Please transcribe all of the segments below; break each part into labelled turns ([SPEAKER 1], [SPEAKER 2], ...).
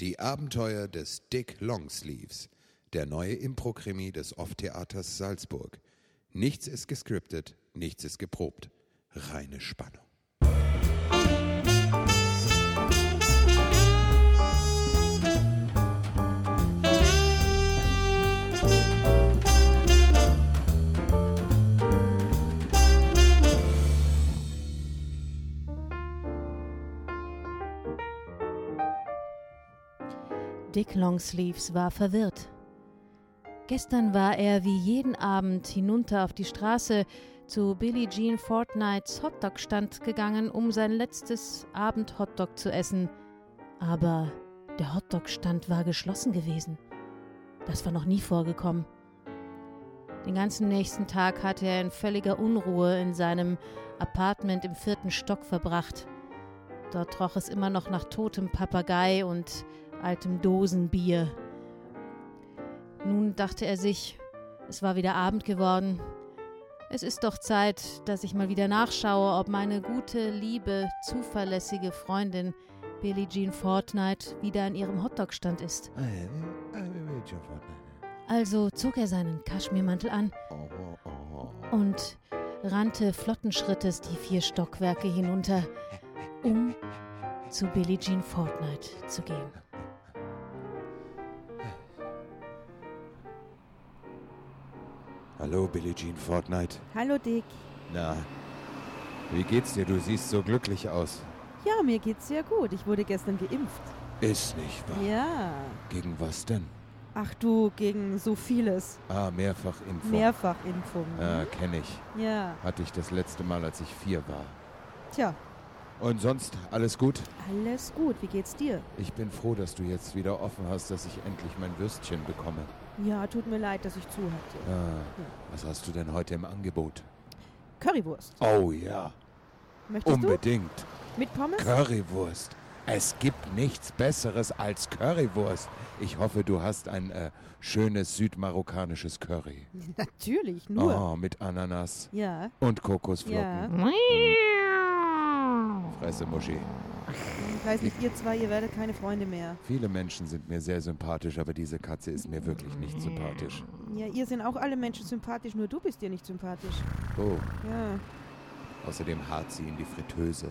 [SPEAKER 1] Die Abenteuer des Dick Longsleeves, der neue Impro-Krimi des Off-Theaters Salzburg. Nichts ist gescriptet, nichts ist geprobt. Reine Spannung.
[SPEAKER 2] Dick Longsleeves war verwirrt. Gestern war er wie jeden Abend hinunter auf die Straße zu Billie Jean Fortnights Hotdog-Stand gegangen, um sein letztes Abend-Hotdog zu essen. Aber der Hotdog-Stand war geschlossen gewesen. Das war noch nie vorgekommen. Den ganzen nächsten Tag hatte er in völliger Unruhe in seinem Apartment im vierten Stock verbracht. Dort roch es immer noch nach totem Papagei und altem Dosenbier. Nun dachte er sich, es war wieder Abend geworden. Es ist doch Zeit, dass ich mal wieder nachschaue, ob meine gute, liebe, zuverlässige Freundin Billie Jean Fortnite wieder an ihrem Hotdog-Stand ist. Also zog er seinen Kaschmirmantel an und rannte flotten Schrittes die vier Stockwerke hinunter, um zu Billie Jean Fortnite zu gehen.
[SPEAKER 1] Hallo Billie Jean Fortnite.
[SPEAKER 3] Hallo Dick.
[SPEAKER 1] Na, wie geht's dir? Du siehst so glücklich aus.
[SPEAKER 3] Ja, mir geht's sehr gut. Ich wurde gestern geimpft.
[SPEAKER 1] Ist nicht wahr.
[SPEAKER 3] Ja.
[SPEAKER 1] Gegen was denn?
[SPEAKER 3] Ach du, gegen so vieles.
[SPEAKER 1] Ah, Mehrfachimpfung.
[SPEAKER 3] Mehrfachimpfung.
[SPEAKER 1] Ah, kenn ich.
[SPEAKER 3] Ja.
[SPEAKER 1] Hatte ich das letzte Mal, als ich vier war.
[SPEAKER 3] Tja,
[SPEAKER 1] Und sonst alles gut?
[SPEAKER 3] alles gut. Wie geht's dir?
[SPEAKER 1] Ich bin froh, dass du jetzt wieder offen hast, dass ich endlich mein Würstchen bekomme.
[SPEAKER 3] Ja, tut mir leid, dass ich zu hatte.
[SPEAKER 1] Ah, was hast du denn heute im Angebot?
[SPEAKER 3] Currywurst.
[SPEAKER 1] Oh ja,
[SPEAKER 3] Möchtest
[SPEAKER 1] unbedingt.
[SPEAKER 3] du? Mit Pommes?
[SPEAKER 1] Currywurst. Es gibt nichts Besseres als Currywurst. Ich hoffe, du hast ein äh, schönes südmarokkanisches Curry.
[SPEAKER 3] Natürlich, nur.
[SPEAKER 1] Oh, mit Ananas
[SPEAKER 3] Ja.
[SPEAKER 1] und Kokosflocken.
[SPEAKER 3] Ja.
[SPEAKER 1] Fresse Muschi.
[SPEAKER 3] Ich weiß nicht, ihr zwei, ihr werdet keine Freunde mehr.
[SPEAKER 1] Viele Menschen sind mir sehr sympathisch, aber diese Katze ist mir wirklich nicht sympathisch.
[SPEAKER 3] Ja, ihr sind auch alle Menschen sympathisch, nur du bist dir nicht sympathisch.
[SPEAKER 1] Oh,
[SPEAKER 3] Ja.
[SPEAKER 1] außerdem hart sie in die Fritteuse.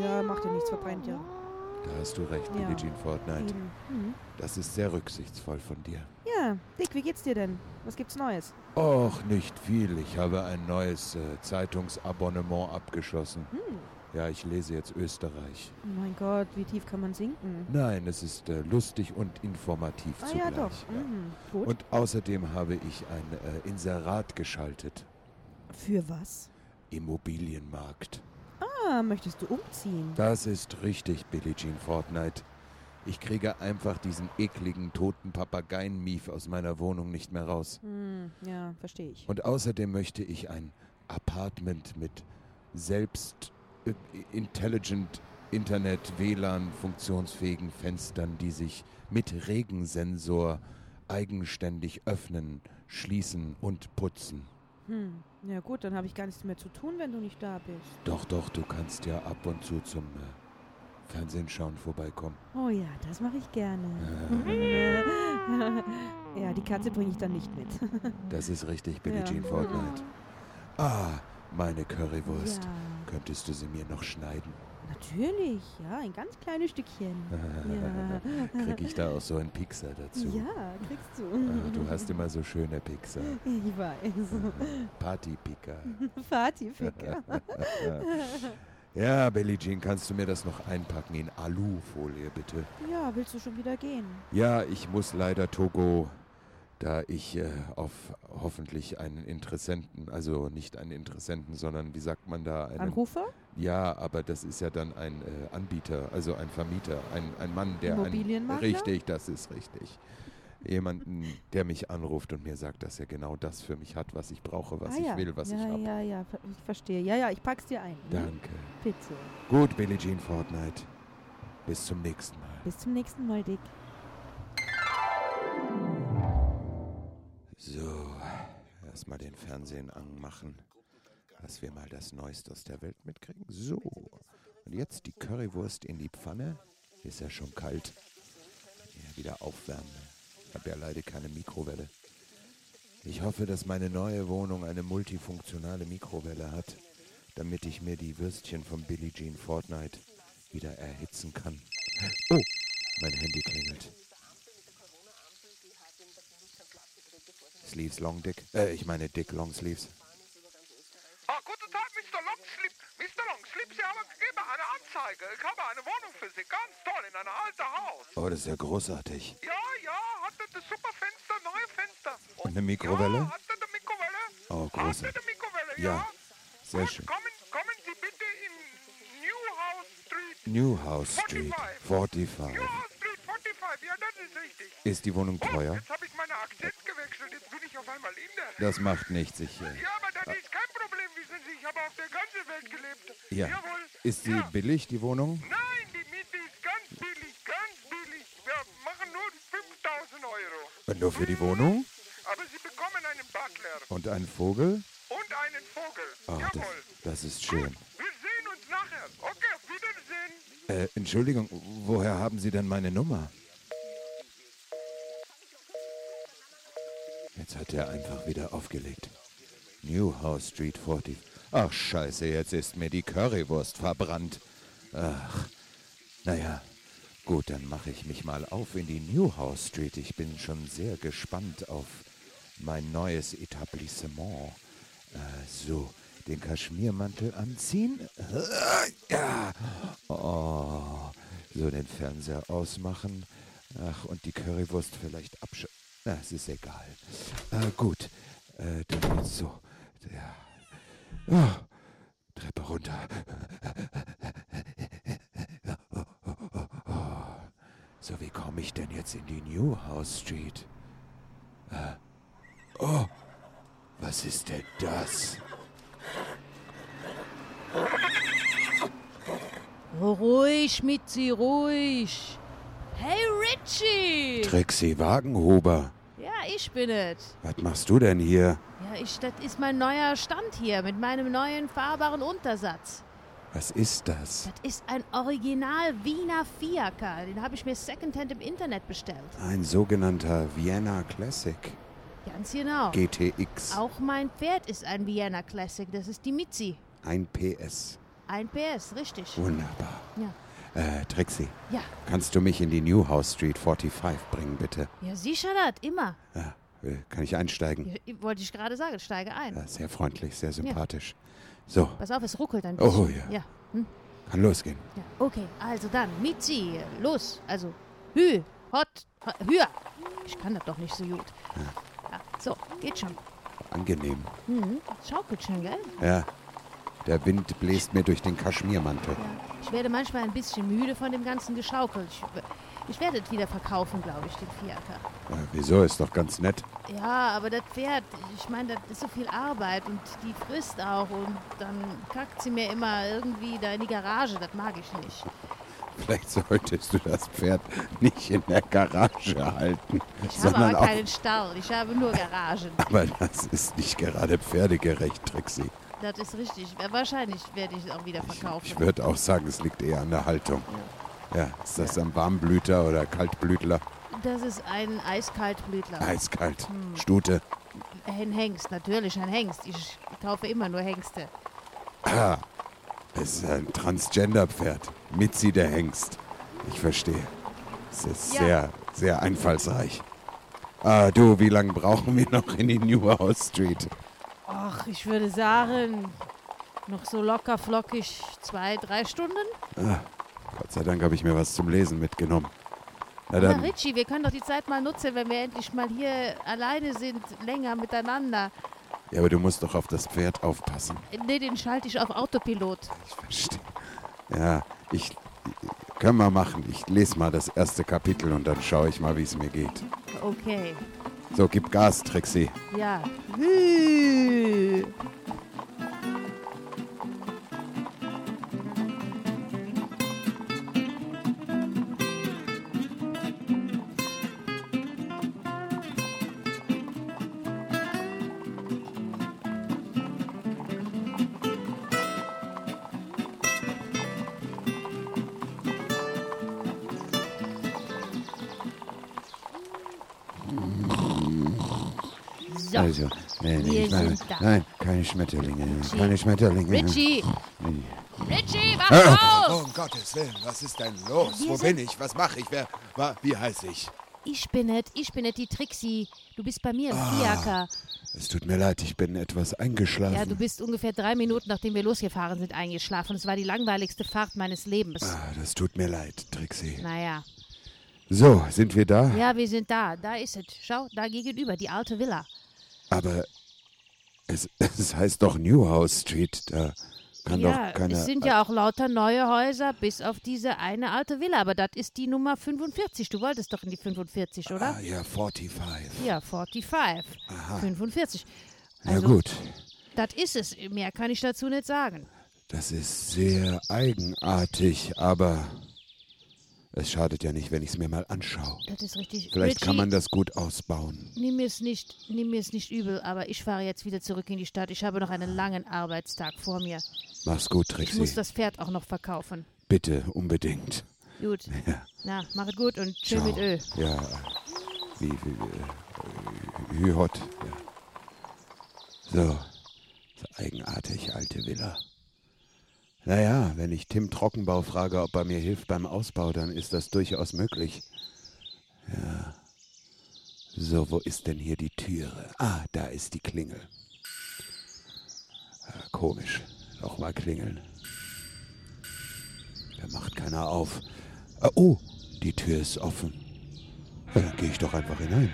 [SPEAKER 3] Ja, macht ja nichts, verbrennt ja.
[SPEAKER 1] Da hast du recht,
[SPEAKER 3] Ja.
[SPEAKER 1] Billie Jean Fortnite.
[SPEAKER 3] Eben. Mhm.
[SPEAKER 1] Das ist sehr rücksichtsvoll von dir.
[SPEAKER 3] Ja, Dick, wie geht's dir denn? Was gibt's Neues?
[SPEAKER 1] Och, nicht viel. Ich habe ein neues äh, Zeitungsabonnement abgeschlossen.
[SPEAKER 3] Hm.
[SPEAKER 1] Ja, ich lese jetzt Österreich.
[SPEAKER 3] Oh mein Gott, wie tief kann man sinken?
[SPEAKER 1] Nein, es ist äh, lustig und informativ
[SPEAKER 3] Ah
[SPEAKER 1] zugleich.
[SPEAKER 3] ja, doch.
[SPEAKER 1] Ja.
[SPEAKER 3] Mhm. Gut.
[SPEAKER 1] Und außerdem habe ich ein äh, Inserat geschaltet.
[SPEAKER 3] Für was?
[SPEAKER 1] Immobilienmarkt.
[SPEAKER 3] Ah, möchtest du umziehen?
[SPEAKER 1] Das ist richtig, Billie Jean Fortnite. Ich kriege einfach diesen ekligen, toten Papageien-Mief aus meiner Wohnung nicht mehr raus.
[SPEAKER 3] Hm, ja, verstehe ich.
[SPEAKER 1] Und außerdem möchte ich ein Apartment mit selbst äh, intelligent Internet, WLAN funktionsfähigen Fenstern, die sich mit Regensensor eigenständig öffnen, schließen und putzen.
[SPEAKER 3] Hm. Ja gut, dann habe ich gar nichts mehr zu tun, wenn du nicht da bist.
[SPEAKER 1] Doch, doch, du kannst ja ab und zu zum äh, Fernsehen schauen vorbeikommen. Äh,
[SPEAKER 3] Oh ja, das mache ich gerne. ja, die Katze bringe ich dann nicht mit.
[SPEAKER 1] Das ist richtig, Billie
[SPEAKER 3] Ja.
[SPEAKER 1] Jean Fortnite. Ah, meine Currywurst.
[SPEAKER 3] Ja,
[SPEAKER 1] Könntest du sie mir noch schneiden?
[SPEAKER 3] natürlich. Ja, ein ganz kleines Stückchen. Ja.
[SPEAKER 1] Krieg ich da auch so einen Pixar dazu?
[SPEAKER 3] Ja, kriegst du.
[SPEAKER 1] Ah, du hast immer so schöne Pixar.
[SPEAKER 3] Ich weiß.
[SPEAKER 1] Partypicker.
[SPEAKER 3] Partyficker.
[SPEAKER 1] Ja, Billie Jean, kannst du mir das noch einpacken in Alufolie, bitte?
[SPEAKER 3] Ja, willst du schon wieder gehen?
[SPEAKER 1] Ja, ich muss leider Togo, da ich äh, auf hoffentlich einen Interessenten, also nicht einen Interessenten, sondern wie sagt man da? Einen,
[SPEAKER 3] Anrufer?
[SPEAKER 1] Ja, aber das ist ja dann ein äh, Anbieter, also ein Vermieter, ein, ein Mann, der ein,
[SPEAKER 3] Immobilienmakler?
[SPEAKER 1] richtig, das ist richtig. Jemanden, der mich anruft und mir sagt, dass er genau das für mich hat, was ich brauche, was
[SPEAKER 3] ah,
[SPEAKER 1] ich
[SPEAKER 3] ja.
[SPEAKER 1] will, was
[SPEAKER 3] ja,
[SPEAKER 1] ich habe.
[SPEAKER 3] Ja, ja, ver- ich verstehe. Ja, ja, ich pack's dir ein. ne?
[SPEAKER 1] Danke.
[SPEAKER 3] Bitte.
[SPEAKER 1] Gut, Billie Jean Fortnite. Bis zum nächsten Mal.
[SPEAKER 3] Bis zum nächsten Mal, Dick.
[SPEAKER 1] So, erstmal den Fernsehen anmachen, dass wir mal das Neueste aus der Welt mitkriegen. So, und jetzt die Currywurst in die Pfanne. Ist ja schon kalt. wieder aufwärmen. Ich habe ja leider keine Mikrowelle. Ich hoffe, dass meine neue Wohnung eine multifunktionale Mikrowelle hat, damit ich mir die Würstchen von Billie Jean Fortnite wieder erhitzen kann. Oh, mein Handy klingelt. Sleeves Long Dick. Äh, ich meine Dick Long Sleeves.
[SPEAKER 4] Ah, guten Tag, Mr. Longslip. Mr. Longslip, Sie haben gegeben eine Anzeige. Ich habe eine Wohnung für Sie. Ganz toll, in einem alten Haus.
[SPEAKER 1] Oh, das ist ja großartig.
[SPEAKER 4] Ja, ja, hatte das super Fenster, neue Fenster. Oh,
[SPEAKER 1] Und eine Mikrowelle?
[SPEAKER 4] Ja, hatte eine Mikrowelle.
[SPEAKER 1] Oh,
[SPEAKER 4] Hatte
[SPEAKER 1] großartig.
[SPEAKER 4] eine Mikrowelle, ja.
[SPEAKER 1] Ja, sehr
[SPEAKER 4] Gut,
[SPEAKER 1] schön.
[SPEAKER 4] Kommen, kommen Sie bitte in Newhouse Street.
[SPEAKER 1] Newhouse Street 45.
[SPEAKER 4] Newhouse Street 45, ja, das ist richtig.
[SPEAKER 1] Ist die Wohnung
[SPEAKER 4] Oh,
[SPEAKER 1] teuer?
[SPEAKER 4] jetzt habe ich meinen Akzent gewechselt. Jetzt bin ich auf einmal Inder.
[SPEAKER 1] Das macht nichts. Ich, äh,
[SPEAKER 4] Ja, aber das ist kein Problem, wissen Sie. Ich habe auf der ganzen Welt gelebt.
[SPEAKER 1] ja.
[SPEAKER 4] Jawohl.
[SPEAKER 1] Ist sie
[SPEAKER 4] ja.
[SPEAKER 1] billig, die Wohnung?
[SPEAKER 4] Nein, die Miete ist ganz billig, ganz billig. Wir machen nur 5000 Euro.
[SPEAKER 1] Und nur für die Wohnung?
[SPEAKER 4] Aber Sie bekommen einen Butler
[SPEAKER 1] Und einen Vogel?
[SPEAKER 4] und einen Vogel.
[SPEAKER 1] Ach, das,
[SPEAKER 4] Jawohl.
[SPEAKER 1] das ist schön.
[SPEAKER 4] Wir sehen uns nachher. Okay, auf Wiedersehen.
[SPEAKER 1] Äh, Entschuldigung, woher haben Sie denn meine Nummer? Jetzt hat er einfach wieder aufgelegt. Newhouse Street 40. Ach scheiße, jetzt ist mir die Currywurst verbrannt. Ach, naja, gut, dann mache ich mich mal auf in die Newhouse Street. Ich bin schon sehr gespannt auf mein neues Etablissement. Äh, so, den Kaschmirmantel anziehen. Ja. Oh, so den Fernseher ausmachen. Ach, und die Currywurst vielleicht absch... Na, es ist egal. Äh, gut, äh, dann so. Ja. Ah, Treppe runter. So, wie komme ich denn jetzt in die Newhouse Street? Äh, oh, was ist denn das?
[SPEAKER 2] Oh, Ruhig, Schmitzi, ruhig. Hey, Richie!
[SPEAKER 1] Trixie Wagenhuber,
[SPEAKER 2] Ja, ich bin es.
[SPEAKER 1] was machst du denn hier?
[SPEAKER 2] Ja, ich, das ist mein neuer Stand hier mit meinem neuen fahrbaren Untersatz.
[SPEAKER 1] Was ist das?
[SPEAKER 2] Das ist ein Original Wiener Fiaker. Den habe ich mir secondhand im Internet bestellt.
[SPEAKER 1] Ein sogenannter Vienna Classic
[SPEAKER 2] Ganz genau.
[SPEAKER 1] GTX,
[SPEAKER 2] Auch mein Pferd ist ein Vienna Classic. Das ist die Mitzi.
[SPEAKER 1] ein PS.
[SPEAKER 2] Ein PS, richtig.
[SPEAKER 1] Wunderbar.
[SPEAKER 2] Ja.
[SPEAKER 1] Äh, Trixie,
[SPEAKER 2] Ja,
[SPEAKER 1] kannst du mich in die Newhouse Street 45 bringen, bitte?
[SPEAKER 2] ja sicher das, immer.
[SPEAKER 1] Ja, äh, kann ich einsteigen?
[SPEAKER 2] Ja, wollte ich gerade sagen, steige ein.
[SPEAKER 1] Ja, sehr freundlich, sehr sympathisch. So,
[SPEAKER 2] Pass auf, es ruckelt ein bisschen.
[SPEAKER 1] Oh, ja.
[SPEAKER 2] Ja, hm?
[SPEAKER 1] kann losgehen.
[SPEAKER 2] ja. Okay, also dann, Mitzi, los. Also, hü, hot, hot, hüa. Ich kann das doch nicht so gut. Ja, so, geht schon.
[SPEAKER 1] Angenehm.
[SPEAKER 2] Mhm. es Schaukelt schon, gell?
[SPEAKER 1] Ja, der Wind bläst mir durch den Kaschmirmantel.
[SPEAKER 2] Ja. Ich werde manchmal ein bisschen müde von dem ganzen Geschaukel. Ich, ich werde es wieder verkaufen, glaube ich, den Fiaker.
[SPEAKER 1] Äh, wieso, ist doch ganz nett.
[SPEAKER 2] Ja, aber das Pferd, ich meine, das ist so viel Arbeit und die frisst auch und dann kackt sie mir immer irgendwie da in die Garage. Das mag ich nicht.
[SPEAKER 1] Vielleicht solltest du das Pferd nicht in der Garage halten,
[SPEAKER 2] Ich habe
[SPEAKER 1] sondern
[SPEAKER 2] aber
[SPEAKER 1] auf
[SPEAKER 2] keinen Stall, ich habe nur Garagen.
[SPEAKER 1] Aber das ist nicht gerade pferdegerecht, Trixie.
[SPEAKER 2] Das ist richtig. Wahrscheinlich werde ich es auch wieder verkaufen.
[SPEAKER 1] Ich würde auch sagen, es liegt eher an der Haltung. ne? Ja, ist das ein Warmblüter oder Kaltblütler?
[SPEAKER 2] das ist ein Eiskaltblütler.
[SPEAKER 1] Eiskalt. Stute.
[SPEAKER 2] Ein Hengst, natürlich ein Hengst. Ich kaufe immer nur Hengste.
[SPEAKER 1] Ah, es ist ein Transgender-Pferd. Mitzi der Hengst. Ich verstehe. Es ist
[SPEAKER 2] Ja.
[SPEAKER 1] sehr, sehr einfallsreich. Ah, du, wie lange brauchen wir noch in die Newhouse Street?
[SPEAKER 2] Ach, ich würde sagen, noch so locker flockig zwei, drei Stunden.
[SPEAKER 1] Gott sei Dank habe ich mir was zum Lesen mitgenommen. Na
[SPEAKER 2] Na,
[SPEAKER 1] dann,
[SPEAKER 2] Richie, wir können doch die Zeit mal nutzen, wenn wir endlich mal hier alleine sind, länger miteinander.
[SPEAKER 1] ja, aber du musst doch auf das Pferd aufpassen.
[SPEAKER 2] Nee, den schalte ich auf Autopilot.
[SPEAKER 1] Ich verstehe. Ja, ich. Können wir machen. Ich lese mal das erste Kapitel und dann schaue ich mal, wie es mir geht.
[SPEAKER 2] Okay,
[SPEAKER 1] So, gib Gas, Trixie.
[SPEAKER 2] ja. So.
[SPEAKER 1] Also, nee, nee,
[SPEAKER 2] Wir
[SPEAKER 1] ich meine,
[SPEAKER 2] sind da.
[SPEAKER 1] nein, keine Schmetterlinge, keine Schmetterlinge.
[SPEAKER 2] Richie!
[SPEAKER 1] Nee.
[SPEAKER 2] Richie,
[SPEAKER 1] Ah,
[SPEAKER 2] wach
[SPEAKER 1] oh,
[SPEAKER 2] auf!
[SPEAKER 1] um Gottes Willen, was ist denn los?
[SPEAKER 2] Wir
[SPEAKER 1] Wo
[SPEAKER 2] sind-
[SPEAKER 1] bin ich? Was mache ich? Wer, wa- wie heiße ich?
[SPEAKER 2] Ich bin nicht, ich bin nicht die Trixie. Du bist bei mir im
[SPEAKER 1] Ah.
[SPEAKER 2] Fiaker.
[SPEAKER 1] Es tut mir leid, ich bin etwas eingeschlafen.
[SPEAKER 2] Ja, du bist ungefähr drei Minuten, nachdem wir losgefahren sind, eingeschlafen. Es war die langweiligste Fahrt meines Lebens.
[SPEAKER 1] ah, das tut mir leid, Trixie.
[SPEAKER 2] Naja.
[SPEAKER 1] So, sind wir da?
[SPEAKER 2] Ja, wir sind da. Da ist es. Schau, da gegenüber, die alte Villa.
[SPEAKER 1] Aber es, es heißt doch Newhouse Street. Da kann
[SPEAKER 2] ja,
[SPEAKER 1] doch keiner.
[SPEAKER 2] es sind ja auch lauter neue Häuser, bis auf diese eine alte Villa. Aber das ist die Nummer 45. Du wolltest doch in die 45, oder?
[SPEAKER 1] Ah, ja, 45.
[SPEAKER 2] Ja, 45. 45.
[SPEAKER 1] ja
[SPEAKER 2] Also,
[SPEAKER 1] gut,
[SPEAKER 2] Das ist es. Mehr kann ich dazu nicht sagen.
[SPEAKER 1] das ist sehr eigenartig, aber es schadet ja nicht, wenn ich es mir mal anschaue.
[SPEAKER 2] Das ist richtig.
[SPEAKER 1] Vielleicht
[SPEAKER 2] Richie,
[SPEAKER 1] kann man das gut ausbauen.
[SPEAKER 2] Nimm mir es nicht, nimm mir's nicht übel, aber ich fahre jetzt wieder zurück in die Stadt. Ich habe noch einen langen Arbeitstag vor mir.
[SPEAKER 1] Mach's gut,
[SPEAKER 2] Ich muss
[SPEAKER 1] Trixie.
[SPEAKER 2] das Pferd auch noch verkaufen.
[SPEAKER 1] Bitte, unbedingt.
[SPEAKER 2] Gut.
[SPEAKER 1] Ja.
[SPEAKER 2] Na, mach es gut und tschö
[SPEAKER 1] Ciao.
[SPEAKER 2] mit Öl.
[SPEAKER 1] Ja. Wie, wie, wie, äh, wie hot. Ja. So. So eigenartig, alte Villa. Naja, wenn ich Tim Trockenbau frage, ob er mir hilft beim Ausbau, dann ist das durchaus möglich. Ja. So, wo ist denn hier die Türe? Ah, da ist die Klingel. Ah, komisch. Nochmal klingeln. Da macht keiner auf. Ah, oh, die Tür ist offen. Ja, dann gehe ich doch einfach hinein.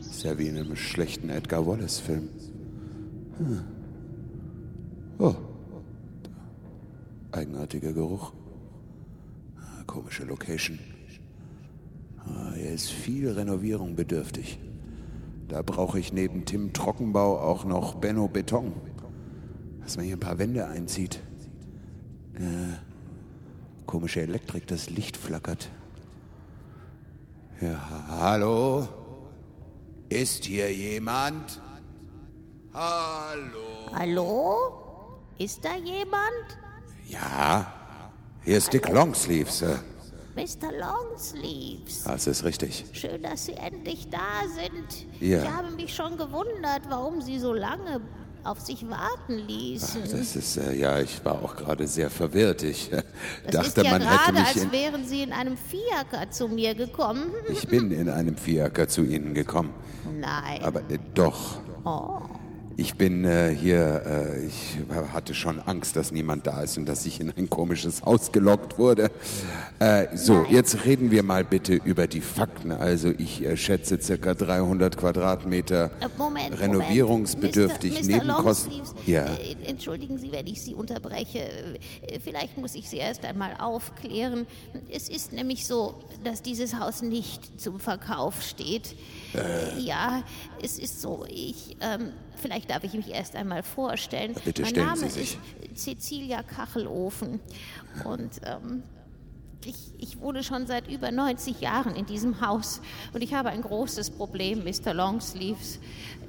[SPEAKER 1] Ist ja wie in einem schlechten Edgar Wallace-Film. Hm. Oh. Eigenartiger Geruch. Ah, Komische Location. Ah, Hier ist viel Renovierung bedürftig. Da brauche ich neben Tim Trockenbau auch noch Benno Beton. Dass man hier ein paar Wände einzieht. Äh, komische Elektrik, das Licht flackert. Ja, hallo? Ist hier jemand? Hallo?
[SPEAKER 5] Hallo? Ist da jemand?
[SPEAKER 1] Ja, hier ist Dick Longsleeves. äh.
[SPEAKER 5] Mr. Longsleeves.
[SPEAKER 1] Das Ah, ist richtig.
[SPEAKER 5] Schön, dass Sie endlich da sind.
[SPEAKER 1] Ja.
[SPEAKER 5] Ich habe mich schon gewundert, warum Sie so lange auf sich warten ließen.
[SPEAKER 1] Das ist, äh, ja, ich war auch gerade sehr verwirrt. Ich äh,
[SPEAKER 5] das ist
[SPEAKER 1] dachte,
[SPEAKER 5] ja
[SPEAKER 1] man hätte
[SPEAKER 5] gerade,
[SPEAKER 1] mich
[SPEAKER 5] als
[SPEAKER 1] in...
[SPEAKER 5] wären Sie in einem Fiaker zu mir gekommen. Hm,
[SPEAKER 1] Ich bin in einem Fiaker zu Ihnen gekommen.
[SPEAKER 5] Nein.
[SPEAKER 1] Aber äh, doch.
[SPEAKER 5] Oh.
[SPEAKER 1] Ich bin äh, hier, äh, ich hatte schon Angst, dass niemand da ist und dass ich in ein komisches Haus gelockt wurde. Äh, so, jetzt reden wir mal bitte über die Fakten. Also ich äh, schätze circa 300 Quadratmeter
[SPEAKER 5] Äh, Moment,
[SPEAKER 1] renovierungsbedürftig,
[SPEAKER 5] Moment. Mr. Mr.
[SPEAKER 1] Nebenkosten.
[SPEAKER 5] Longsleeves,
[SPEAKER 1] Ja.
[SPEAKER 5] äh, Entschuldigen Sie, wenn ich Sie unterbreche. Äh, Vielleicht muss ich Sie erst einmal aufklären. Es ist nämlich so, dass dieses Haus nicht zum Verkauf steht.
[SPEAKER 1] Äh.
[SPEAKER 5] Ja, es ist so. Ich, ähm, vielleicht darf ich mich erst einmal vorstellen.
[SPEAKER 1] bitte
[SPEAKER 5] mein
[SPEAKER 1] stellen
[SPEAKER 5] Name
[SPEAKER 1] Sie sich.
[SPEAKER 5] ist Cecilia Kachelofen und ähm, ich, ich wohne schon seit über 90 Jahren in diesem Haus und ich habe ein großes Problem, Mr. Longsleeves.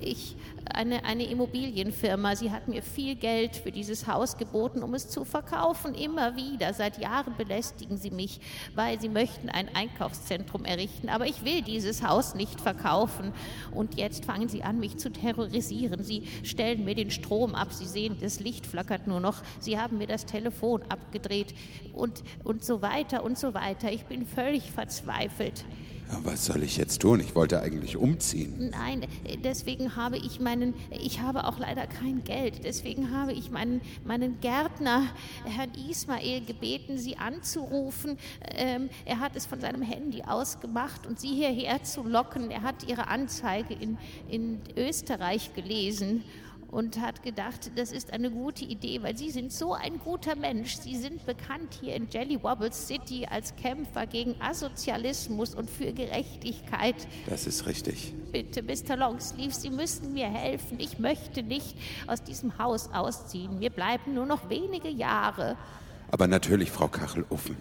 [SPEAKER 5] Ich, eine, eine Immobilienfirma, sie hat mir viel Geld für dieses Haus geboten, um es zu verkaufen. Immer wieder, seit Jahren belästigen sie mich, weil sie möchten ein Einkaufszentrum errichten. Aber ich will dieses Haus nicht verkaufen. Und jetzt fangen sie an, mich zu terrorisieren. Sie stellen mir den Strom ab, sie sehen, das Licht flackert nur noch. Sie haben mir das Telefon abgedreht und, und so weiter und so weiter. Ich bin völlig verzweifelt.
[SPEAKER 1] Ja, Was soll ich jetzt tun? Ich wollte eigentlich umziehen.
[SPEAKER 5] Nein, äh, deswegen habe ich meinen, ich habe auch leider kein Geld, deswegen habe ich meinen, meinen Gärtner, Herrn Ismail, gebeten, Sie anzurufen. Ähm, er hat es von seinem Handy aus gemacht und Sie hierher zu locken. Er hat Ihre Anzeige in, in Österreich gelesen und hat gedacht, das ist eine gute Idee, weil Sie sind so ein guter Mensch. Sie sind bekannt hier in Jelly Wobbles City als Kämpfer gegen Asozialismus und für Gerechtigkeit.
[SPEAKER 1] Das ist richtig.
[SPEAKER 5] Bitte, Mr. Longsleeves, Sie müssen mir helfen. Ich möchte nicht aus diesem Haus ausziehen. Mir bleiben nur noch wenige Jahre.
[SPEAKER 1] Aber natürlich, Frau Kachelofen,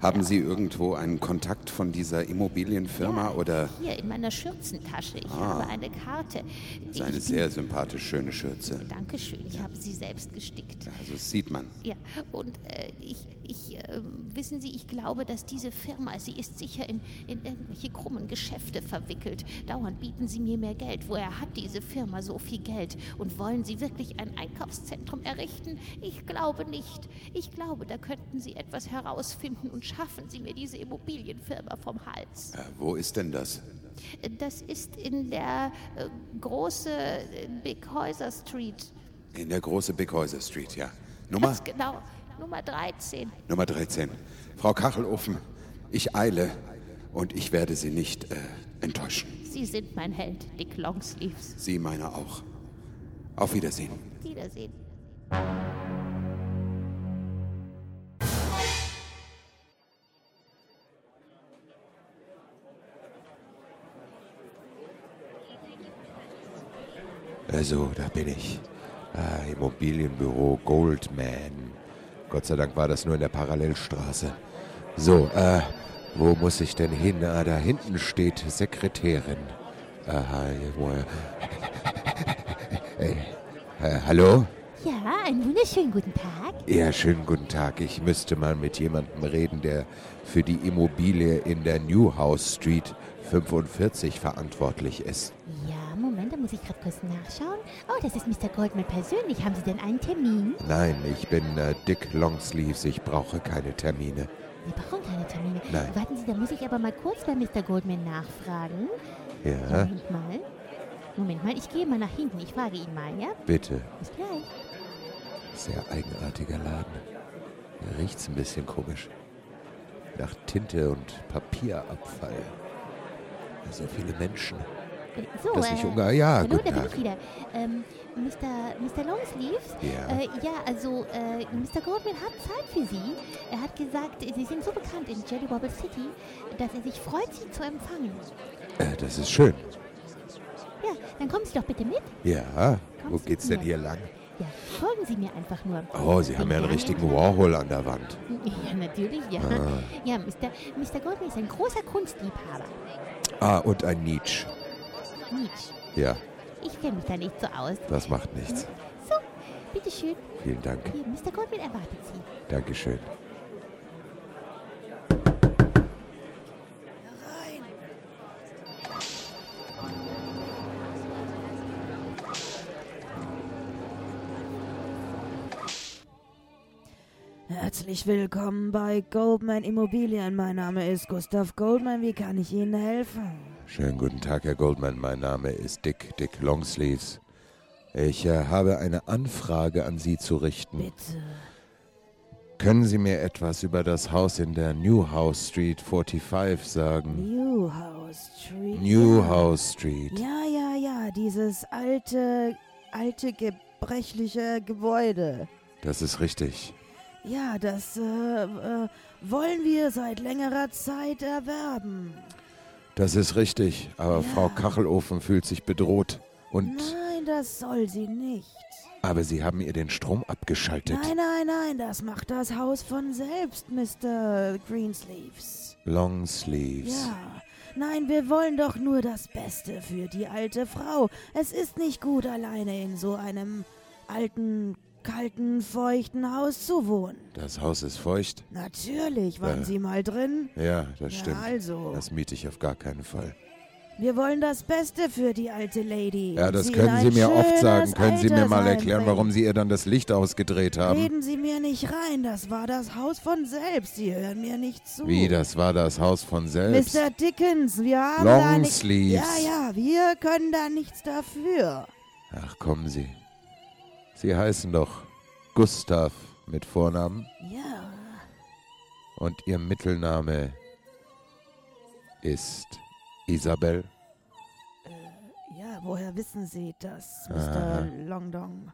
[SPEAKER 1] haben Sie irgendwo einen Kontakt von dieser Immobilienfirma oder
[SPEAKER 5] Hier in meiner Schürzentasche. Ich habe eine Karte.
[SPEAKER 1] Das ist eine
[SPEAKER 5] ich
[SPEAKER 1] sehr sympathisch schöne Schürze?
[SPEAKER 5] Dankeschön, ich habe sie selbst gestickt.
[SPEAKER 1] Also das sieht man.
[SPEAKER 5] Ja, und äh, ich, ich ähm,
[SPEAKER 6] Wissen Sie, ich glaube, dass diese Firma, sie ist sicher in, in irgendwelche krummen Geschäfte verwickelt. Dauernd bieten sie mir mehr Geld. Woher hat diese Firma so viel Geld? Und wollen sie wirklich ein Einkaufszentrum errichten? Ich glaube nicht. Ich glaube, da könnten sie etwas herausfinden und schaffen sie mir diese Immobilienfirma vom Hals. Äh,
[SPEAKER 1] Äh, wo ist denn das?
[SPEAKER 6] Das ist in der äh, große Bickhäuser Street.
[SPEAKER 1] In der große Bickhäuser Street, ja. Nummer?
[SPEAKER 6] Ganz genau, Nummer 13.
[SPEAKER 1] Nummer 13. Frau Kachelofen, ich eile und ich werde Sie nicht äh, enttäuschen.
[SPEAKER 6] Sie sind mein Held, Dick Longsleeves.
[SPEAKER 1] Sie meiner auch. Auf Wiedersehen.
[SPEAKER 6] Wiedersehen.
[SPEAKER 7] Also, da bin ich. Ah, Immobilienbüro Goldman. Gott sei Dank war das nur in der Parallelstraße. So, äh, wo muss ich denn hin? Ah, da hinten steht Sekretärin. Aha, äh, äh, äh, hallo?
[SPEAKER 5] Ja, einen wunderschönen guten Tag.
[SPEAKER 7] Ja, schönen guten Tag. Ich müsste mal mit jemandem reden, der für die Immobilie in der Newhouse Street 45 verantwortlich ist.
[SPEAKER 5] Ja, Moment, da muss ich gerade kurz nachschauen. Oh, das ist Mr. Goldman persönlich. Haben Sie denn einen Termin?
[SPEAKER 7] Nein, ich bin äh, Dick Longsleeves. Ich brauche keine Termine.
[SPEAKER 5] Sie brauchen keine Termine.
[SPEAKER 7] Nein.
[SPEAKER 5] Warten Sie, da muss ich aber mal kurz bei Mr. Goldman nachfragen.
[SPEAKER 7] Ja,
[SPEAKER 5] Moment mal. Moment mal, ich gehe mal nach hinten. Ich frage ihn mal, ja?
[SPEAKER 7] bitte.
[SPEAKER 5] Bis gleich.
[SPEAKER 7] Sehr eigenartiger Laden. Hier Riecht's ein bisschen komisch. Nach Tinte und Papierabfall. So viele Menschen.
[SPEAKER 5] Äh, So,
[SPEAKER 7] Dass ich
[SPEAKER 5] äh,
[SPEAKER 7] ungar. Ja,
[SPEAKER 5] Hallo,
[SPEAKER 7] guten
[SPEAKER 5] da bin
[SPEAKER 7] Tag.
[SPEAKER 5] ich wieder. Ähm, Mr. Mr. Longsleeves?
[SPEAKER 7] Ja.
[SPEAKER 5] Äh, ja, also äh, Mr. Goldman hat Zeit für Sie. Er hat gesagt, Sie sind so bekannt in Jelly Wobble City, dass er sich freut, Sie zu empfangen.
[SPEAKER 7] Äh, das ist schön.
[SPEAKER 5] Ja, dann kommen Sie doch bitte mit.
[SPEAKER 7] Ja. Wo
[SPEAKER 5] Kommst du
[SPEAKER 7] geht's denn
[SPEAKER 5] mir?
[SPEAKER 7] hier lang?
[SPEAKER 5] Ja, folgen Sie mir einfach nur.
[SPEAKER 7] Oh, Sie haben ja einen richtigen Warhol an der Wand.
[SPEAKER 5] Ja, natürlich, ja.
[SPEAKER 7] Ah.
[SPEAKER 5] Ja, Mr. Mr. Goldman ist ein großer Kunstliebhaber.
[SPEAKER 7] Ah, und ein Nietzsche.
[SPEAKER 5] Nietzsche.
[SPEAKER 7] Ja,
[SPEAKER 5] Ich kenne mich da nicht so aus.
[SPEAKER 7] das macht nichts.
[SPEAKER 5] So, bitteschön.
[SPEAKER 7] Vielen Dank.
[SPEAKER 5] Hier, Mr. Goldman erwartet Sie.
[SPEAKER 7] Dankeschön.
[SPEAKER 3] Herzlich willkommen bei Goldman Immobilien. Mein Name ist Gustav Goldman. Wie kann ich Ihnen helfen?
[SPEAKER 7] Schönen guten Tag, Herr Goldman. Mein Name ist Dick, Dick Longsleeves. Ich äh, habe eine Anfrage an Sie zu richten.
[SPEAKER 1] Hm.
[SPEAKER 3] Bitte.
[SPEAKER 7] Können Sie mir etwas über das Haus in der Newhouse Street 45
[SPEAKER 1] Hm.
[SPEAKER 7] sagen?
[SPEAKER 3] Newhouse Street.
[SPEAKER 7] Newhouse Street.
[SPEAKER 3] Ja, ja, ja. Dieses alte, alte, gebrechliche Gebäude.
[SPEAKER 7] Das ist richtig.
[SPEAKER 3] Ja, das äh, äh, wollen wir seit längerer Zeit erwerben.
[SPEAKER 7] Das ist richtig. Aber Frau Kachelofen fühlt sich bedroht. Und
[SPEAKER 3] Nein, das soll sie nicht.
[SPEAKER 7] aber Sie haben ihr den Strom abgeschaltet.
[SPEAKER 3] Nein, nein, nein. Das macht das Haus von selbst, Mr. Greensleeves.
[SPEAKER 7] Longsleeves.
[SPEAKER 3] Ja. Nein, wir wollen doch nur das Beste für die alte Frau. Es ist nicht gut, alleine in so einem alten, kalten, feuchten Haus zu wohnen.
[SPEAKER 7] Das Haus ist feucht.
[SPEAKER 3] Natürlich, waren
[SPEAKER 7] Ja.
[SPEAKER 3] Sie mal drin?
[SPEAKER 7] Ja, das
[SPEAKER 3] Ja,
[SPEAKER 7] stimmt.
[SPEAKER 3] also.
[SPEAKER 7] Das miete ich auf gar keinen Fall.
[SPEAKER 3] Wir wollen das Beste für die alte Lady.
[SPEAKER 7] Ja,
[SPEAKER 3] und
[SPEAKER 7] das
[SPEAKER 3] in
[SPEAKER 7] können Sie
[SPEAKER 3] ein
[SPEAKER 7] mir oft sagen.
[SPEAKER 3] schönes
[SPEAKER 7] Können Sie mir mal
[SPEAKER 3] Altersheim
[SPEAKER 7] erklären, warum Sie ihr dann das Licht ausgedreht
[SPEAKER 3] bringen.
[SPEAKER 7] haben?
[SPEAKER 3] Reden Sie mir nicht rein, das war das Haus von selbst. Sie hören mir nicht zu.
[SPEAKER 7] Wie, das war das Haus von selbst.
[SPEAKER 3] Mr. Dickens, wir haben da nichts. Ja,
[SPEAKER 7] Longsleeves.
[SPEAKER 3] ja, wir können da nichts dafür.
[SPEAKER 7] Ach, kommen Sie. Sie heißen doch Gustav mit Vornamen
[SPEAKER 3] Ja.
[SPEAKER 7] und Ihr Mittelname ist Isabel.
[SPEAKER 3] Ja, woher wissen Sie das,
[SPEAKER 7] Aha.
[SPEAKER 3] Mr. Longdong?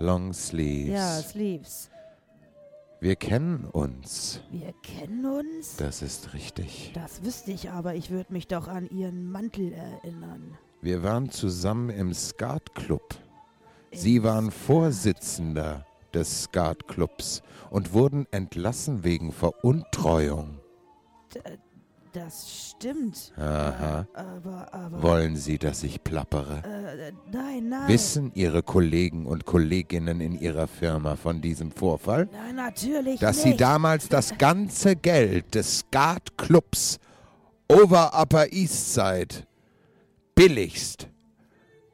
[SPEAKER 7] Longsleeves.
[SPEAKER 3] Ja, Sleeves.
[SPEAKER 7] Wir kennen uns.
[SPEAKER 3] Wir kennen uns?
[SPEAKER 7] Das ist richtig.
[SPEAKER 3] Das wüsste ich aber, ich würde mich doch an Ihren Mantel erinnern.
[SPEAKER 7] Wir waren zusammen im Skatclub. Sie waren Vorsitzender des Skatclubs und wurden entlassen wegen Veruntreuung.
[SPEAKER 3] D- äh, Das stimmt.
[SPEAKER 1] Aha.
[SPEAKER 3] Aber, aber.
[SPEAKER 1] Wollen Sie, dass ich plappere?
[SPEAKER 3] Äh, nein, nein.
[SPEAKER 1] Wissen Ihre Kollegen und Kolleginnen in Ihrer Firma von diesem Vorfall?
[SPEAKER 3] Nein, natürlich
[SPEAKER 1] Dass
[SPEAKER 3] nicht.
[SPEAKER 1] Sie damals das ganze Geld des Skatclubs Over Upper East Side billigst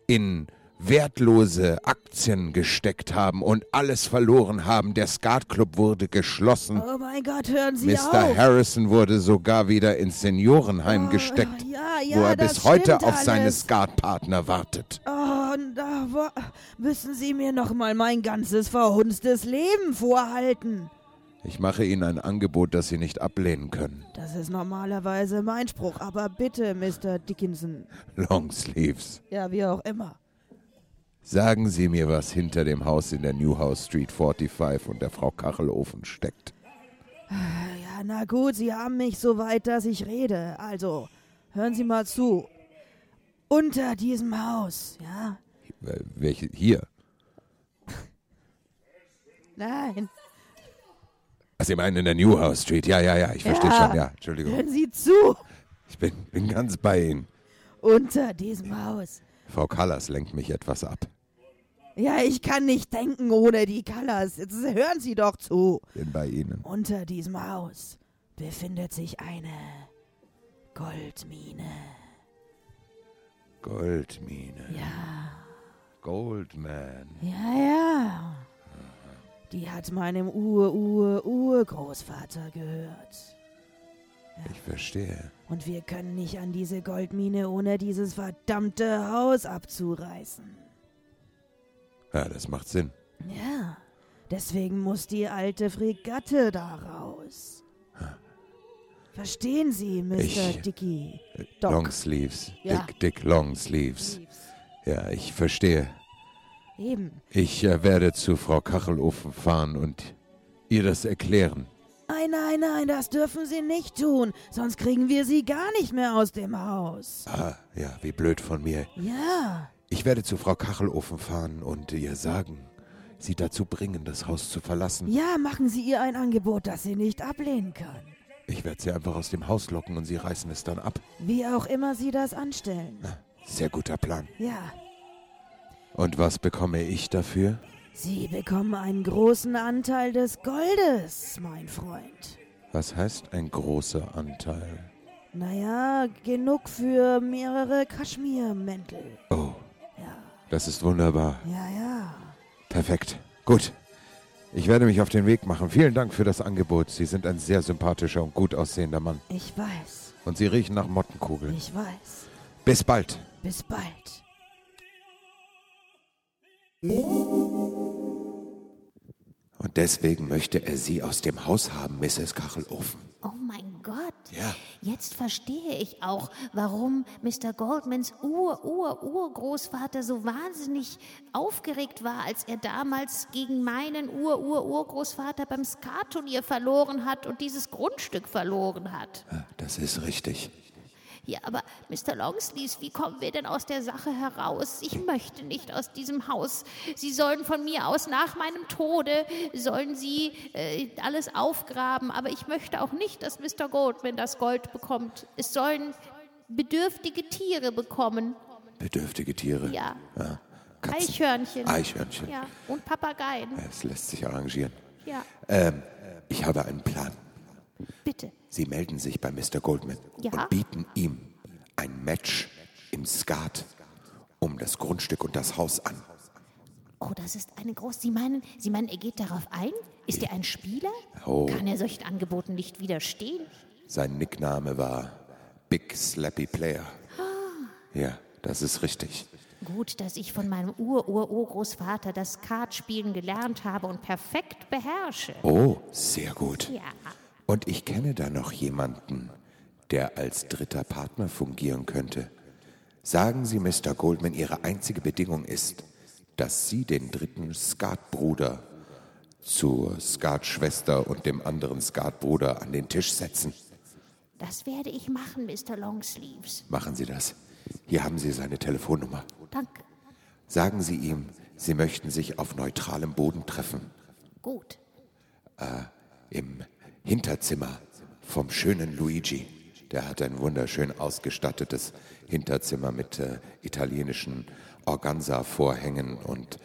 [SPEAKER 1] in wertlose Aktien gesteckt haben und alles verloren haben. Der Skatclub wurde geschlossen.
[SPEAKER 3] Oh mein Gott, hören Sie auf.
[SPEAKER 1] Mr. Harrison wurde sogar wieder ins Seniorenheim
[SPEAKER 3] Oh,
[SPEAKER 1] gesteckt,
[SPEAKER 3] ja, ja,
[SPEAKER 1] wo er
[SPEAKER 3] das
[SPEAKER 1] bis heute
[SPEAKER 3] stimmt
[SPEAKER 1] auf seine
[SPEAKER 3] alles.
[SPEAKER 1] Skatpartner wartet.
[SPEAKER 3] Oh, da wa- müssen Sie mir noch mal mein ganzes verhunstes Leben vorhalten.
[SPEAKER 1] Ich mache Ihnen ein Angebot, das Sie nicht ablehnen können.
[SPEAKER 3] Das ist normalerweise mein Spruch, aber bitte, Mr. Dickinson,
[SPEAKER 1] Longsleeves,
[SPEAKER 3] ja, wie auch immer.
[SPEAKER 1] sagen Sie mir, was hinter dem Haus in der Newhouse Street 45 und der Frau Kachelofen steckt.
[SPEAKER 3] Ja, na gut, Sie haben mich so weit, dass ich rede. Also, hören Sie mal zu. Unter diesem Haus, ja?
[SPEAKER 1] Äh, Welche, hier.
[SPEAKER 3] Nein,
[SPEAKER 1] Also, Sie meinen in der Newhouse Street? Ja, ja, ja, ich verstehe
[SPEAKER 3] Ja.
[SPEAKER 1] schon, ja. Entschuldigung.
[SPEAKER 3] hören Sie zu.
[SPEAKER 1] Ich bin, bin ganz bei Ihnen.
[SPEAKER 3] Unter diesem Haus.
[SPEAKER 1] Frau Callas lenkt mich etwas ab.
[SPEAKER 3] Ja, ich kann nicht denken ohne die Colors. Jetzt hören Sie doch zu.
[SPEAKER 1] Bin bei Ihnen.
[SPEAKER 3] Unter diesem Haus befindet sich eine Goldmine.
[SPEAKER 1] Goldmine. Goldman.
[SPEAKER 3] Ja, ja. Die hat meinem Ur-Ur-Urgroßvater gehört.
[SPEAKER 1] Ich verstehe.
[SPEAKER 3] Und wir können nicht an diese Goldmine ohne dieses verdammte Haus abzureißen.
[SPEAKER 1] Ja, das macht Sinn.
[SPEAKER 3] Ja. Deswegen muss die alte Fregatte da raus. Verstehen Sie, Mr.
[SPEAKER 1] Ich-
[SPEAKER 3] Dicky? Doc.
[SPEAKER 1] Longsleeves.
[SPEAKER 3] Ja.
[SPEAKER 1] Dick, dick Longsleeves. Ja, ich verstehe.
[SPEAKER 3] Eben.
[SPEAKER 1] Ich äh, werde zu Frau Kachelofen fahren und ihr das erklären.
[SPEAKER 3] Nein, nein, nein, das dürfen Sie nicht tun, sonst kriegen wir Sie gar nicht mehr aus dem Haus.
[SPEAKER 1] Ah, ja, wie blöd von mir.
[SPEAKER 3] Ja,
[SPEAKER 1] Ich werde zu Frau Kachelofen fahren und ihr sagen, sie dazu bringen, das Haus zu verlassen.
[SPEAKER 3] ja, machen Sie ihr ein Angebot, das sie nicht ablehnen kann.
[SPEAKER 1] Ich werde sie einfach aus dem Haus locken und sie reißen es dann ab.
[SPEAKER 3] Wie auch immer Sie das anstellen.
[SPEAKER 1] Sehr guter Plan.
[SPEAKER 3] Ja,
[SPEAKER 1] Und was bekomme ich dafür?
[SPEAKER 3] Sie bekommen einen großen Anteil des Goldes, mein Freund.
[SPEAKER 1] Was heißt ein großer Anteil?
[SPEAKER 3] Naja, genug für mehrere Kaschmirmäntel.
[SPEAKER 1] Oh,
[SPEAKER 3] Ja,
[SPEAKER 1] das ist wunderbar.
[SPEAKER 3] ja, ja.
[SPEAKER 1] Perfekt. Gut. Ich werde mich auf den Weg machen. Vielen Dank für das Angebot. Sie sind ein sehr sympathischer und gut aussehender Mann.
[SPEAKER 3] Ich weiß,
[SPEAKER 1] Und Sie riechen nach Mottenkugel.
[SPEAKER 3] ich weiß.
[SPEAKER 1] Bis bald.
[SPEAKER 3] Bis bald.
[SPEAKER 7] Und deswegen möchte er sie aus dem Haus haben, Mrs. Kachelofen.
[SPEAKER 5] Oh mein Gott.
[SPEAKER 7] Ja.
[SPEAKER 5] Jetzt verstehe ich auch, warum Mr. Goldmans Ur-Ur-Urgroßvater so wahnsinnig aufgeregt war, als er damals gegen meinen Ur-Ur-Urgroßvater beim Skaturnier verloren hat und dieses Grundstück verloren hat.
[SPEAKER 7] Ah, Das ist richtig.
[SPEAKER 5] Ja, aber Mr. Longsleeves, wie kommen wir denn aus der Sache heraus? Ich möchte nicht aus diesem Haus. Sie sollen von mir aus nach meinem Tode, sollen Sie äh, alles aufgraben, aber ich möchte auch nicht, dass Mr. Goldman das Gold bekommt. Es sollen bedürftige Tiere bekommen.
[SPEAKER 7] Bedürftige Tiere.
[SPEAKER 5] Ja,
[SPEAKER 7] Ah, Katzen.
[SPEAKER 5] Eichhörnchen.
[SPEAKER 7] Eichhörnchen.
[SPEAKER 5] Ja, und Papageien.
[SPEAKER 7] Es lässt sich arrangieren.
[SPEAKER 5] Ja,
[SPEAKER 7] Ähm, ich habe einen Plan.
[SPEAKER 5] bitte.
[SPEAKER 7] Sie melden sich bei Mr. Goldman
[SPEAKER 5] Ja.
[SPEAKER 7] und bieten ihm ein Match im Skat um das Grundstück und das Haus an.
[SPEAKER 5] Oh, das ist eine große. Sie meinen, Sie meinen, er geht darauf ein? Ist er ein Spieler?
[SPEAKER 7] Oh.
[SPEAKER 5] Kann er solchen Angeboten nicht widerstehen?
[SPEAKER 7] Sein Nickname war Big Slappy Player. Ja, das ist richtig.
[SPEAKER 5] Gut, dass ich von meinem Ur-Ur-Urgroßvater das Kartspielen gelernt habe und perfekt beherrsche.
[SPEAKER 7] Oh, sehr gut.
[SPEAKER 5] Ja.
[SPEAKER 7] Und ich kenne da noch jemanden, der als dritter Partner fungieren könnte. Sagen Sie Mr. Goldman, Ihre einzige Bedingung ist, dass Sie den dritten Skatbruder zur Skatschwester und dem anderen Skatbruder an den Tisch setzen.
[SPEAKER 5] Das werde ich machen, Mr. Longsleeves.
[SPEAKER 7] Machen Sie das. Hier haben Sie seine Telefonnummer.
[SPEAKER 5] Danke.
[SPEAKER 7] Sagen Sie ihm, Sie möchten sich auf neutralem Boden treffen,
[SPEAKER 5] Gut.
[SPEAKER 7] im Hinterzimmer vom schönen Luigi.
[SPEAKER 1] Der hat ein wunderschön ausgestattetes Hinterzimmer mit äh, italienischen Organza-Vorhängen und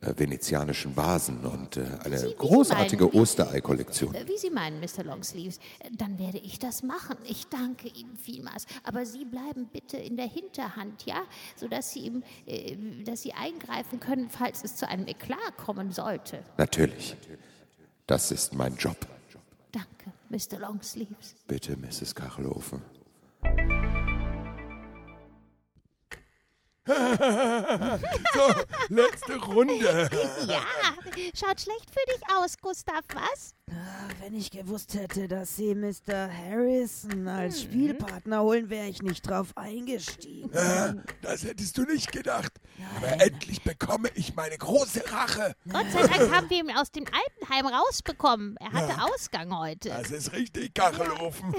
[SPEAKER 1] äh, venezianischen Vasen und äh, eine
[SPEAKER 5] Sie- wie
[SPEAKER 1] großartige
[SPEAKER 5] meinen, wie-
[SPEAKER 1] Osterei-Kollektion.
[SPEAKER 5] Äh, Wie Sie meinen, Mr. Longsleeves, äh, dann werde ich das machen. Ich danke Ihnen vielmals. Aber Sie bleiben bitte in der Hinterhand, ja? Sodass Sie, ihm, äh, dass Sie eingreifen können, falls es zu einem Eklat kommen sollte.
[SPEAKER 1] Natürlich. Das ist mein Job.
[SPEAKER 5] Danke, Mr. Longsleeves.
[SPEAKER 1] Bitte, Mrs. Kachelofen.
[SPEAKER 7] Letzte Runde.
[SPEAKER 8] Ja, schaut schlecht für dich aus, Gustav, was?
[SPEAKER 3] Ach, wenn ich gewusst hätte, dass sie Mr. Harrison als
[SPEAKER 7] Mhm.
[SPEAKER 3] Spielpartner holen, wäre ich nicht drauf eingestiegen.
[SPEAKER 7] Das hättest du nicht gedacht. Aber endlich bekomme ich meine große Rache.
[SPEAKER 5] Gott sei Dank haben wir ihn aus dem Altenheim rausbekommen. Er hatte Ausgang heute.
[SPEAKER 7] Das ist richtig, Kachelofen.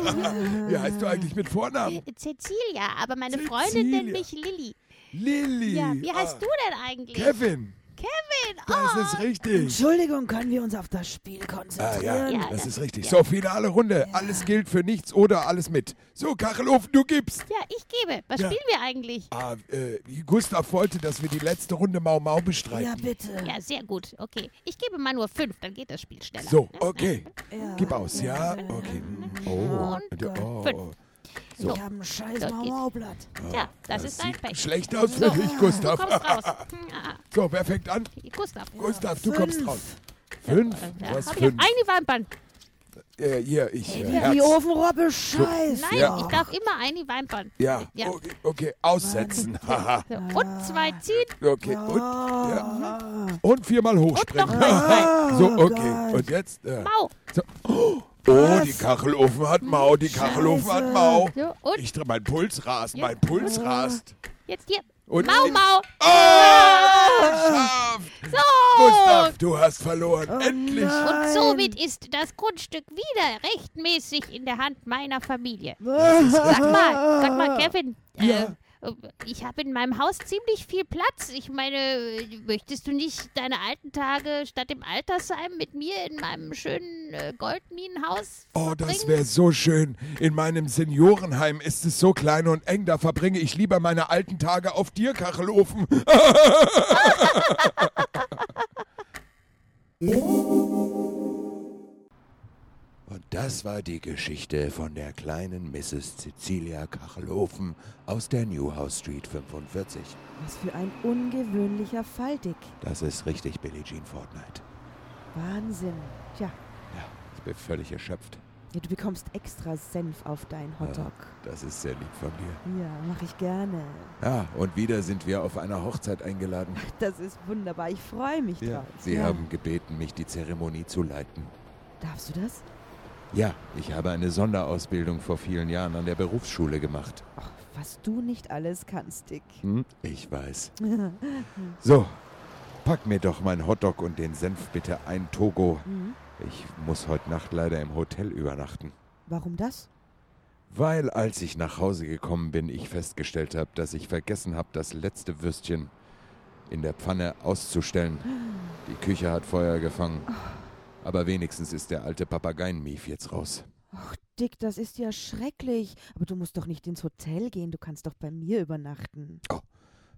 [SPEAKER 7] Wie heißt du eigentlich mit Vornamen?
[SPEAKER 5] Äh, Cecilia, aber meine
[SPEAKER 7] Cecilia.
[SPEAKER 5] Freundin nennt mich Lilly.
[SPEAKER 7] Lilly.
[SPEAKER 5] Ja, wie heißt
[SPEAKER 7] Ah,
[SPEAKER 5] du denn eigentlich?
[SPEAKER 7] Kevin.
[SPEAKER 5] Kevin!
[SPEAKER 7] Das
[SPEAKER 5] Oh,
[SPEAKER 7] ist richtig.
[SPEAKER 3] Entschuldigung, können wir uns auf das Spiel
[SPEAKER 7] Ah,
[SPEAKER 3] konzentrieren?
[SPEAKER 7] ja,
[SPEAKER 5] Ja,
[SPEAKER 7] das
[SPEAKER 5] ja.
[SPEAKER 7] ist richtig. So, finale Runde. Alles gilt für nichts oder alles mit. So, Kachelofen, du gibst.
[SPEAKER 5] ja, ich gebe. Was
[SPEAKER 7] Ja.
[SPEAKER 5] spielen wir eigentlich?
[SPEAKER 7] Ah, äh, Gustav wollte, dass wir die letzte Runde Mau Mau bestreiten.
[SPEAKER 3] Ja, bitte.
[SPEAKER 5] Ja, sehr gut. Okay. Ich gebe mal nur fünf, dann geht das Spiel schneller.
[SPEAKER 7] So, okay.
[SPEAKER 3] Ja.
[SPEAKER 7] Gib aus, ja? Okay. Oh, oh, oh.
[SPEAKER 5] Fünf. So.
[SPEAKER 3] Ich habe ein scheiß
[SPEAKER 5] Das geht.
[SPEAKER 3] Mauerblatt.
[SPEAKER 5] Tja, das, ist ein
[SPEAKER 7] sieht
[SPEAKER 5] Pech.
[SPEAKER 7] schlecht aus für dich,
[SPEAKER 5] Du
[SPEAKER 7] Gustav.
[SPEAKER 5] kommst raus. Hm, ah,
[SPEAKER 7] So, wer fängt an?
[SPEAKER 5] Gustav.
[SPEAKER 7] Gustav, du
[SPEAKER 3] Fünf.
[SPEAKER 7] kommst raus. Fünf?
[SPEAKER 5] Äh, Ja,
[SPEAKER 7] Was
[SPEAKER 5] hab ich auf
[SPEAKER 7] fünf?
[SPEAKER 5] eine Weinband.
[SPEAKER 7] Äh, hier, ich. Äh,
[SPEAKER 3] Die
[SPEAKER 7] Herz.
[SPEAKER 3] Ofenrobbe scheiß.
[SPEAKER 5] Nein,
[SPEAKER 7] Ja.
[SPEAKER 5] ich darf immer eine Weinband.
[SPEAKER 7] Ja,
[SPEAKER 5] Ja.
[SPEAKER 7] okay, okay. aussetzen. Haha.
[SPEAKER 5] So. Und zwei ziehen
[SPEAKER 7] okay, und, ja. und viermal
[SPEAKER 5] und noch
[SPEAKER 7] hochspringen.
[SPEAKER 5] ein. Oh
[SPEAKER 7] So, okay. Und jetzt? Äh,
[SPEAKER 5] Mau.
[SPEAKER 7] so. Oh, die Kachelofen hat Mau, die Kachelofen hat Mau.
[SPEAKER 5] So, und
[SPEAKER 7] Ich drehe mein Puls rast, mein
[SPEAKER 5] Oh.
[SPEAKER 7] Puls rast.
[SPEAKER 5] jetzt hier.
[SPEAKER 7] Und
[SPEAKER 5] Mau,
[SPEAKER 7] jetzt-
[SPEAKER 5] Mau.
[SPEAKER 7] Geschafft!
[SPEAKER 5] So.
[SPEAKER 7] Gustav, du hast verloren.
[SPEAKER 5] Oh
[SPEAKER 7] Endlich.
[SPEAKER 5] Und somit ist das Grundstück wieder rechtmäßig in der Hand meiner Familie. Sag mal, sag mal, Kevin. Äh, Ich habe in meinem Haus ziemlich viel Platz. Ich meine, möchtest du nicht deine alten Tage statt im Altersheim mit mir in meinem schönen äh, Goldminenhaus?
[SPEAKER 7] Oh, das wäre so schön. In meinem Seniorenheim ist es so klein und eng, da verbringe ich lieber meine alten Tage auf dir, Kachelofen. Und das war die Geschichte von der kleinen Mrs. Cecilia Kachelofen aus der Newhouse Street 45.
[SPEAKER 3] Was für ein ungewöhnlicher Fall, Dick.
[SPEAKER 7] Das ist richtig Billie Jean Fortnite.
[SPEAKER 3] Wahnsinn. Tja,
[SPEAKER 7] Ja, ich bin völlig erschöpft.
[SPEAKER 3] ja, du bekommst extra Senf auf deinen Hotdog.
[SPEAKER 7] Das ist sehr lieb von dir.
[SPEAKER 3] Ja, mache ich gerne.
[SPEAKER 7] Ja, und wieder sind wir auf einer Hochzeit eingeladen.
[SPEAKER 3] Das ist wunderbar. Ich freue mich
[SPEAKER 7] Ja.
[SPEAKER 3] drauf.
[SPEAKER 7] Sie haben gebeten, mich die Zeremonie zu leiten.
[SPEAKER 3] Darfst du das?
[SPEAKER 7] Ja, ich habe eine Sonderausbildung vor vielen Jahren an der Berufsschule gemacht.
[SPEAKER 3] Ach, was du nicht alles kannst, Dick.
[SPEAKER 7] Hm? Ich weiß. So, pack mir doch mein Hotdog und den Senf bitte ein, Togo.
[SPEAKER 5] Mhm.
[SPEAKER 7] Ich muss heute Nacht leider im Hotel übernachten.
[SPEAKER 3] Warum das?
[SPEAKER 7] Weil als ich nach Hause gekommen bin, ich festgestellt habe, dass ich vergessen habe, das letzte Würstchen in der Pfanne auszustellen. Die Küche hat Feuer gefangen. Aber wenigstens ist der alte Papageienmief jetzt raus.
[SPEAKER 3] Dick, das ist ja schrecklich. Aber du musst doch nicht ins Hotel gehen. Du kannst doch bei mir übernachten.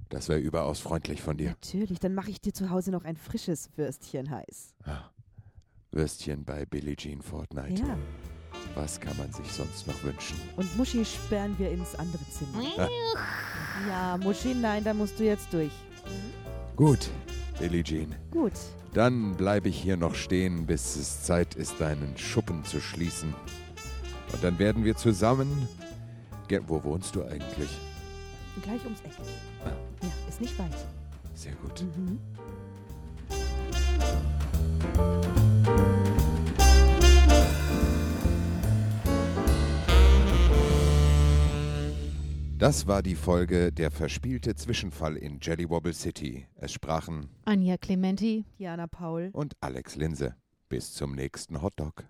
[SPEAKER 7] Das wäre überaus freundlich von dir.
[SPEAKER 3] Natürlich, dann mache ich dir zu Hause noch ein frisches Würstchen heiß.
[SPEAKER 7] Würstchen bei Billie Jean Fortnite.
[SPEAKER 3] Ja,
[SPEAKER 7] Was kann man sich sonst noch wünschen?
[SPEAKER 3] und Muschi sperren wir ins andere Zimmer. Ja, Muschi, nein, da musst du jetzt durch.
[SPEAKER 7] Gut, Billie Jean.
[SPEAKER 3] Gut.
[SPEAKER 7] Dann bleibe ich hier noch stehen, bis es Zeit ist, deinen Schuppen zu schließen. Und dann werden wir zusammen. Ge Wo wohnst du eigentlich?
[SPEAKER 3] Gleich ums Eck. Ja, ist nicht weit.
[SPEAKER 7] Sehr gut. Das war die Folge Der verspielte Zwischenfall in Jellywobble City. Es sprachen
[SPEAKER 2] Anja Clementi,
[SPEAKER 3] Diana Paul.
[SPEAKER 7] und Alex Linse. Bis zum nächsten Hotdog.